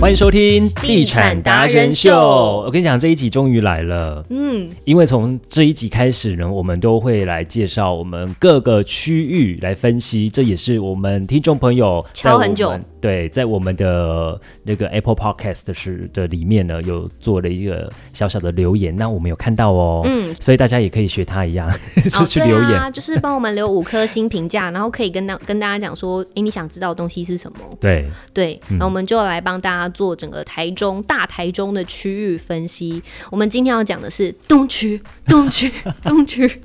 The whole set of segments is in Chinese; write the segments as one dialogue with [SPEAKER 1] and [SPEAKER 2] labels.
[SPEAKER 1] 欢迎收听《
[SPEAKER 2] 地产达人秀
[SPEAKER 1] 我跟你讲，这一集终于来了，
[SPEAKER 2] 嗯，
[SPEAKER 1] 因为从这一集开始呢，我们都会来介绍我们各个区域来分析，这也是我们听众朋友在
[SPEAKER 2] 敲
[SPEAKER 1] 我们
[SPEAKER 2] 很久
[SPEAKER 1] 对，在我们的那个 Apple Podcast 的是的里面呢，有做了一个小小的留言，那我们有看到哦，
[SPEAKER 2] 嗯哦
[SPEAKER 1] 所以大家也可以学他一样， 就去留
[SPEAKER 2] 对
[SPEAKER 1] 言。
[SPEAKER 2] 啊，就是帮我们留五颗星评价， 然后可以跟大跟大家讲说，诶，你想知道的东西是什么？
[SPEAKER 1] 对，
[SPEAKER 2] 对，
[SPEAKER 1] 嗯
[SPEAKER 2] 然后我们就来帮大家做整个台中大台中的区域分析。我们今天要讲的是东区，东区， 东区，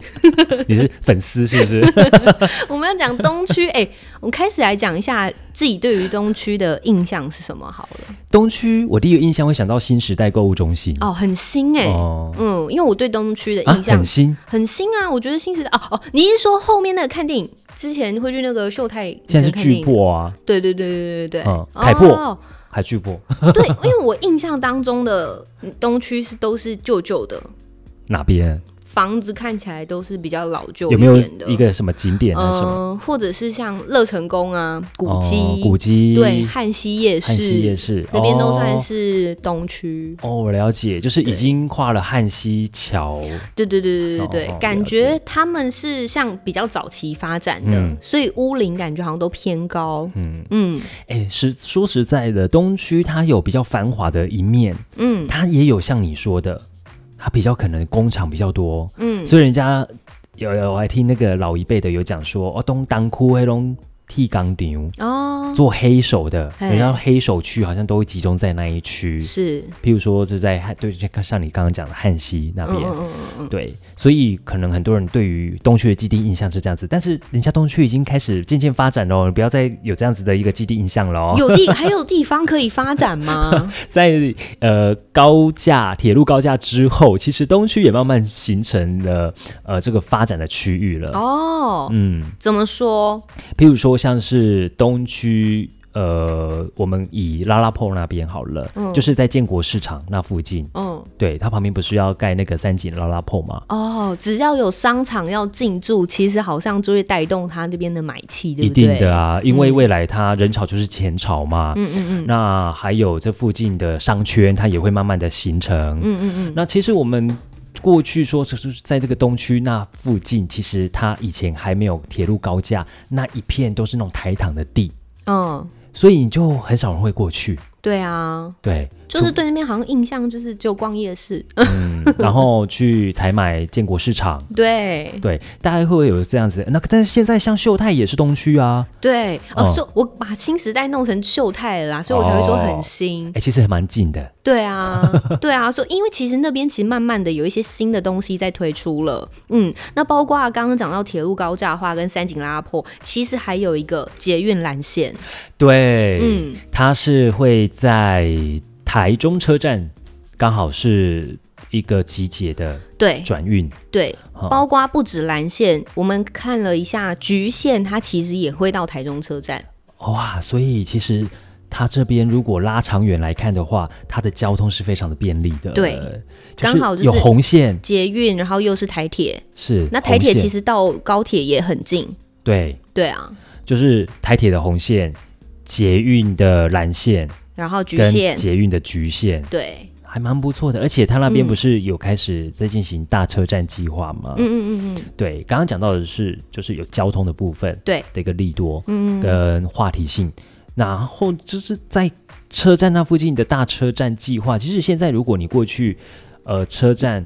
[SPEAKER 1] 你是粉丝是不是？
[SPEAKER 2] 我们要讲东区。诶，我们开始来讲一下自己对于东区的印象是什么好了。
[SPEAKER 1] 东区，我第一个印象会想到新时代购物中心。
[SPEAKER 2] 哦，很新诶，
[SPEAKER 1] 哦
[SPEAKER 2] 嗯，因为我对东区的
[SPEAKER 1] 啊，
[SPEAKER 2] 印象、
[SPEAKER 1] 很新，
[SPEAKER 2] 很新啊，我觉得新时代哦哦，你是说后面那个看电影之前会去那个秀泰
[SPEAKER 1] 现在是
[SPEAKER 2] 看电
[SPEAKER 1] 巨
[SPEAKER 2] 影？
[SPEAKER 1] 破啊，
[SPEAKER 2] 对对对对对对对
[SPEAKER 1] 嗯，凯擘
[SPEAKER 2] 哦
[SPEAKER 1] 还巨破
[SPEAKER 2] 对， 因为我印象当中的嗯东区是都是旧旧的
[SPEAKER 1] 哪边？
[SPEAKER 2] 房子，看起来都是比较老旧
[SPEAKER 1] 有没有
[SPEAKER 2] 点的
[SPEAKER 1] 一个什么景点啊？什么
[SPEAKER 2] 嗯，或者是像乐成宫啊、古迹、
[SPEAKER 1] 哦古迹？
[SPEAKER 2] 对汉西夜市、
[SPEAKER 1] 汉西夜市
[SPEAKER 2] 那边都算
[SPEAKER 1] 哦
[SPEAKER 2] 是东区。
[SPEAKER 1] 哦，我了解，就是已
[SPEAKER 2] 对
[SPEAKER 1] 经跨了汉西桥，
[SPEAKER 2] 对对对对对对，
[SPEAKER 1] 哦哦
[SPEAKER 2] 感
[SPEAKER 1] 了
[SPEAKER 2] 觉他们是像比较早期发展的，
[SPEAKER 1] 嗯
[SPEAKER 2] 所以屋龄感觉好像都偏高。
[SPEAKER 1] 嗯，
[SPEAKER 2] 嗯
[SPEAKER 1] 哎，实说实在的，东区它有比较繁华的一面，
[SPEAKER 2] 嗯
[SPEAKER 1] 它也有像你说的，它比较可能工厂比较多，
[SPEAKER 2] 嗯，
[SPEAKER 1] 所以人家有有我还听那个老一辈的有讲说，哦，东当窟黑龙剃钢顶。
[SPEAKER 2] 哦，
[SPEAKER 1] 做黑手的，
[SPEAKER 2] 嘿
[SPEAKER 1] 人家黑手区好像都会集中在那一区，
[SPEAKER 2] 是
[SPEAKER 1] 譬如说就在汉对，就像你刚刚讲的汉西那
[SPEAKER 2] 嗯
[SPEAKER 1] 边，
[SPEAKER 2] 嗯嗯嗯
[SPEAKER 1] 对，所以可能很多人对于东区的基地印象是这样子，但是人家东区已经开始渐渐发展了哦，你不要再有这样子的一个基地印象了
[SPEAKER 2] 嗯，
[SPEAKER 1] 哦。
[SPEAKER 2] 有地还有地方可以发展 吗？
[SPEAKER 1] 在呃高架铁路高架之后，其实东区也慢慢形成了呃这个发展的区域了。
[SPEAKER 2] 哦，
[SPEAKER 1] 嗯，
[SPEAKER 2] 怎么说？
[SPEAKER 1] 譬如说像是东区。呃，我们以拉拉坡那边好了，
[SPEAKER 2] 嗯
[SPEAKER 1] 就是在建国市场那附近，
[SPEAKER 2] 嗯，
[SPEAKER 1] 对，它旁边不是要盖那个三井拉拉坡吗？
[SPEAKER 2] 哦，只要有商场要进驻，其实好像就会带动他这边的买气，对
[SPEAKER 1] 一
[SPEAKER 2] 不对？
[SPEAKER 1] 定的啊，因为
[SPEAKER 2] 嗯
[SPEAKER 1] 未来它人潮就是钱潮嘛。
[SPEAKER 2] 嗯嗯嗯
[SPEAKER 1] 那还有这附近的商圈，它也会慢慢的形成。
[SPEAKER 2] 嗯嗯嗯，
[SPEAKER 1] 那其实我们过去说，就是在这个东区那附近，其实它以前还没有铁路高架，那一片都是那种台糖的地，
[SPEAKER 2] 嗯，
[SPEAKER 1] 所以你就很少人会过去。
[SPEAKER 2] 对啊，
[SPEAKER 1] 对，
[SPEAKER 2] 就是对那边好像印象就是就逛夜市，
[SPEAKER 1] 嗯，然后去采买建国市场。
[SPEAKER 2] 对
[SPEAKER 1] 对，大概会有这样子。那但是现在像秀泰也是东区啊，
[SPEAKER 2] 对，
[SPEAKER 1] 哦
[SPEAKER 2] 哦，所以我把新时代弄成秀泰了啦，所以我才会说
[SPEAKER 1] 哦
[SPEAKER 2] 很新。
[SPEAKER 1] 哎、其实还蛮近的。
[SPEAKER 2] 对啊， 对啊，所以因为其实那边其实慢慢的有一些新的东西在推出了，嗯，那包括刚刚讲到铁路高架化跟三井拉坡，其实还有一个捷运蓝线，
[SPEAKER 1] 对，
[SPEAKER 2] 嗯，
[SPEAKER 1] 它是会在台中车站，刚好是一个集结的
[SPEAKER 2] 对
[SPEAKER 1] 转运。
[SPEAKER 2] 对，
[SPEAKER 1] 哦
[SPEAKER 2] 包括不止蓝线，我们看了一下橘线，它其实也会到台中车站，
[SPEAKER 1] 哇，所以其实它这边如果拉长远来看的话，它的交通是非常的便利的。
[SPEAKER 2] 对
[SPEAKER 1] 就
[SPEAKER 2] 刚好就是
[SPEAKER 1] 有红线
[SPEAKER 2] 捷运，然后又是台铁，
[SPEAKER 1] 是
[SPEAKER 2] 那台铁
[SPEAKER 1] 红线
[SPEAKER 2] 其实到高铁也很近，
[SPEAKER 1] 对，
[SPEAKER 2] 对啊，
[SPEAKER 1] 就是台铁的红线、捷运的蓝线
[SPEAKER 2] 然后橘
[SPEAKER 1] 跟
[SPEAKER 2] 线，
[SPEAKER 1] 捷运的橘线，
[SPEAKER 2] 对，
[SPEAKER 1] 还蛮不错的。而且它那边
[SPEAKER 2] 嗯
[SPEAKER 1] 不是有开始在进行大车站计划吗？
[SPEAKER 2] 嗯嗯嗯嗯，
[SPEAKER 1] 对，刚刚讲到的是就是有交通的部分，
[SPEAKER 2] 对
[SPEAKER 1] 的一个利多，嗯，跟话题性，然后就是在车站那附近的大车站计划。其实现在如果你过去，呃，车站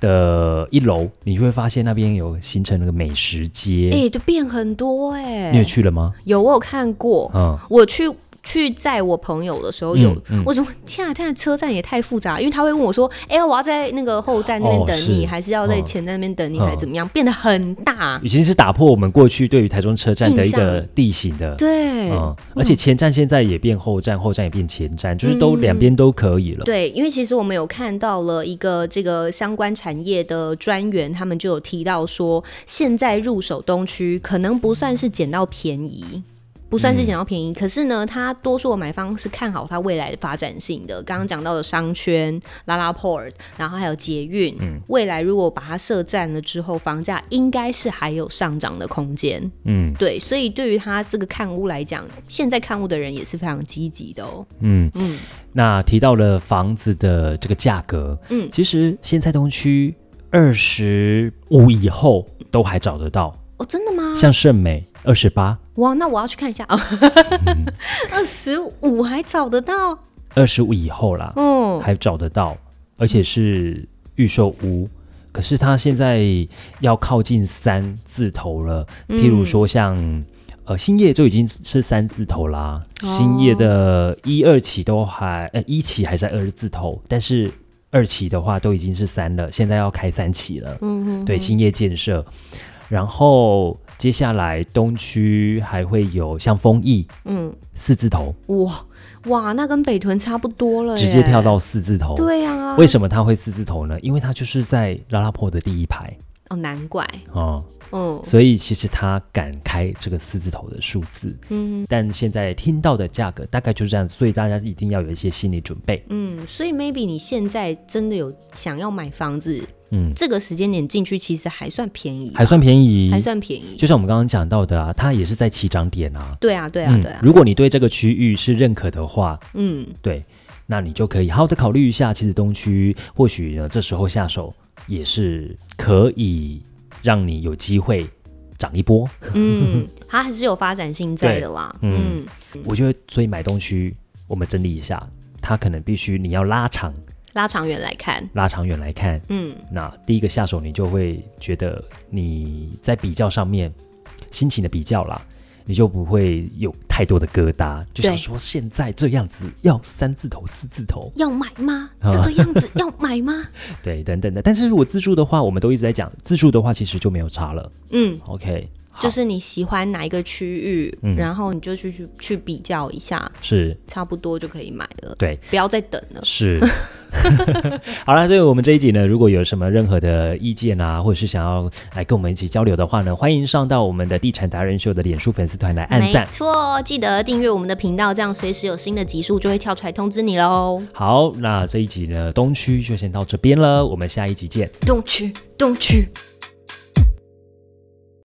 [SPEAKER 1] 的一楼，你就会发现那边有形成那个美食街。
[SPEAKER 2] 哎、就变很多哎、
[SPEAKER 1] 嗯你有去了吗？
[SPEAKER 2] 有我有看过，
[SPEAKER 1] 嗯，
[SPEAKER 2] 我去去载我朋友的时候有，
[SPEAKER 1] 嗯嗯
[SPEAKER 2] 我说天啊，天啊，车站也太复杂，因为他会问我说，哎、我要在那个后站那边
[SPEAKER 1] 哦哦
[SPEAKER 2] 等你，
[SPEAKER 1] 是
[SPEAKER 2] 还是要在
[SPEAKER 1] 嗯
[SPEAKER 2] 前站那边等你，
[SPEAKER 1] 嗯
[SPEAKER 2] 还是怎么样，变得很大。
[SPEAKER 1] 已经是打破我们过去对于台中车站的一个
[SPEAKER 2] 印象
[SPEAKER 1] 地形的。
[SPEAKER 2] 对、
[SPEAKER 1] 嗯，而且前站现在也变后站，后站也变前站，就是都
[SPEAKER 2] 嗯
[SPEAKER 1] 两边都可以了。
[SPEAKER 2] 对，因为其实我们有看到了一个这个相关产业的专员，他们就有提到说，现在入手东区可能不算是捡到便宜。不算是捡到便宜。可是呢，它多数的买方是看好它未来的发展性的。刚刚讲到的商圈、拉拉 port，然后还有捷运，未来如果把它设站了之后，房价应该是还有上涨的空间。
[SPEAKER 1] 嗯
[SPEAKER 2] 对，所以对于它这个看屋来讲，现在看屋的人也是非常积极的哦。
[SPEAKER 1] 嗯，
[SPEAKER 2] 嗯，
[SPEAKER 1] 那提到了房子的这个价格，
[SPEAKER 2] 嗯
[SPEAKER 1] 其实现在东区二十五以后都还找得到，
[SPEAKER 2] 哦，真的吗？
[SPEAKER 1] 像盛美二十八、
[SPEAKER 2] 哇，那我要去看一下啊，
[SPEAKER 1] 嗯
[SPEAKER 2] 二十五还找得到，
[SPEAKER 1] 二十五以后啦，
[SPEAKER 2] 嗯，
[SPEAKER 1] 还找得到，而且是预售屋。可是它现在要靠近三字头了，
[SPEAKER 2] 嗯
[SPEAKER 1] 譬如说像、呃兴业就已经是三字头啦，
[SPEAKER 2] 哦
[SPEAKER 1] 兴业的一二期都还呃一期还在二字头，但是二期的话都已经是三了，现在要开三期了。
[SPEAKER 2] 嗯嗯，
[SPEAKER 1] 对，兴业建设，然后接下来东区还会有像丰益
[SPEAKER 2] 嗯，
[SPEAKER 1] 四字头，
[SPEAKER 2] 哇哇，那跟北屯差不多了，
[SPEAKER 1] 直接跳。到四字头。
[SPEAKER 2] 对啊，
[SPEAKER 1] 为什么它会四字头呢？因为它就是在拉拉破的第一排
[SPEAKER 2] 哦，难怪，
[SPEAKER 1] 啊、哦
[SPEAKER 2] 嗯
[SPEAKER 1] 所以其实它敢开这个四字头的数字。
[SPEAKER 2] 嗯
[SPEAKER 1] 但现在听到的价格大概就是这样，所以大家一定要有一些心理准备。
[SPEAKER 2] 嗯，所以 maybe 你现在真的有想要买房子，
[SPEAKER 1] 嗯，
[SPEAKER 2] 这个时间点进去其实还算便宜吧，
[SPEAKER 1] 还算便宜，
[SPEAKER 2] 还算便宜，
[SPEAKER 1] 就像我们刚刚讲到的啊，它也是在起涨点啊。
[SPEAKER 2] 对啊对啊对
[SPEAKER 1] 嗯
[SPEAKER 2] 啊，，
[SPEAKER 1] 如果你对这个区域是认可的话，
[SPEAKER 2] 嗯
[SPEAKER 1] 对，那你就可以好好的考虑一下。其实东区或许呢，这时候下手也是可以让你有机会涨一波。
[SPEAKER 2] 嗯，它还是有发展性在
[SPEAKER 1] 对
[SPEAKER 2] 的啦，
[SPEAKER 1] 嗯
[SPEAKER 2] 嗯，
[SPEAKER 1] 我觉得，所以买东区，我们整理一下，它可能必须你要拉长、
[SPEAKER 2] 拉长远来看，
[SPEAKER 1] 拉长远来看。
[SPEAKER 2] 嗯
[SPEAKER 1] 那第一个下手，你就会觉得你在比较上面，心情的比较啦，你就不会有太多的疙瘩，就想
[SPEAKER 2] 对
[SPEAKER 1] 说现在这样子要三字头、四字头，
[SPEAKER 2] 要买吗？这个 样子要买吗？
[SPEAKER 1] 对，等等的。但是如果自助的话，我们都一直在讲自助的话，其实就没有差了。
[SPEAKER 2] 嗯，
[SPEAKER 1] OK，好
[SPEAKER 2] 就是你喜欢哪一个区域，
[SPEAKER 1] 嗯
[SPEAKER 2] 然后你就去去去比较一下，
[SPEAKER 1] 是
[SPEAKER 2] 差不多就可以买了。
[SPEAKER 1] 对，
[SPEAKER 2] 不要再等了。
[SPEAKER 1] 是。 好啦，所以我们这一集呢，如果有什么任何的意见啊，或者是想要来跟我们一起交流的话呢，欢迎上到我们的地产达人秀的脸书粉丝团来按赞
[SPEAKER 2] 没。错，记得订阅我们的频道，这样随时有新的集数就会跳出来通知你喽。
[SPEAKER 1] 好，那这一集呢，东区就先到这边了，我们下一集见。
[SPEAKER 2] 动去，动去，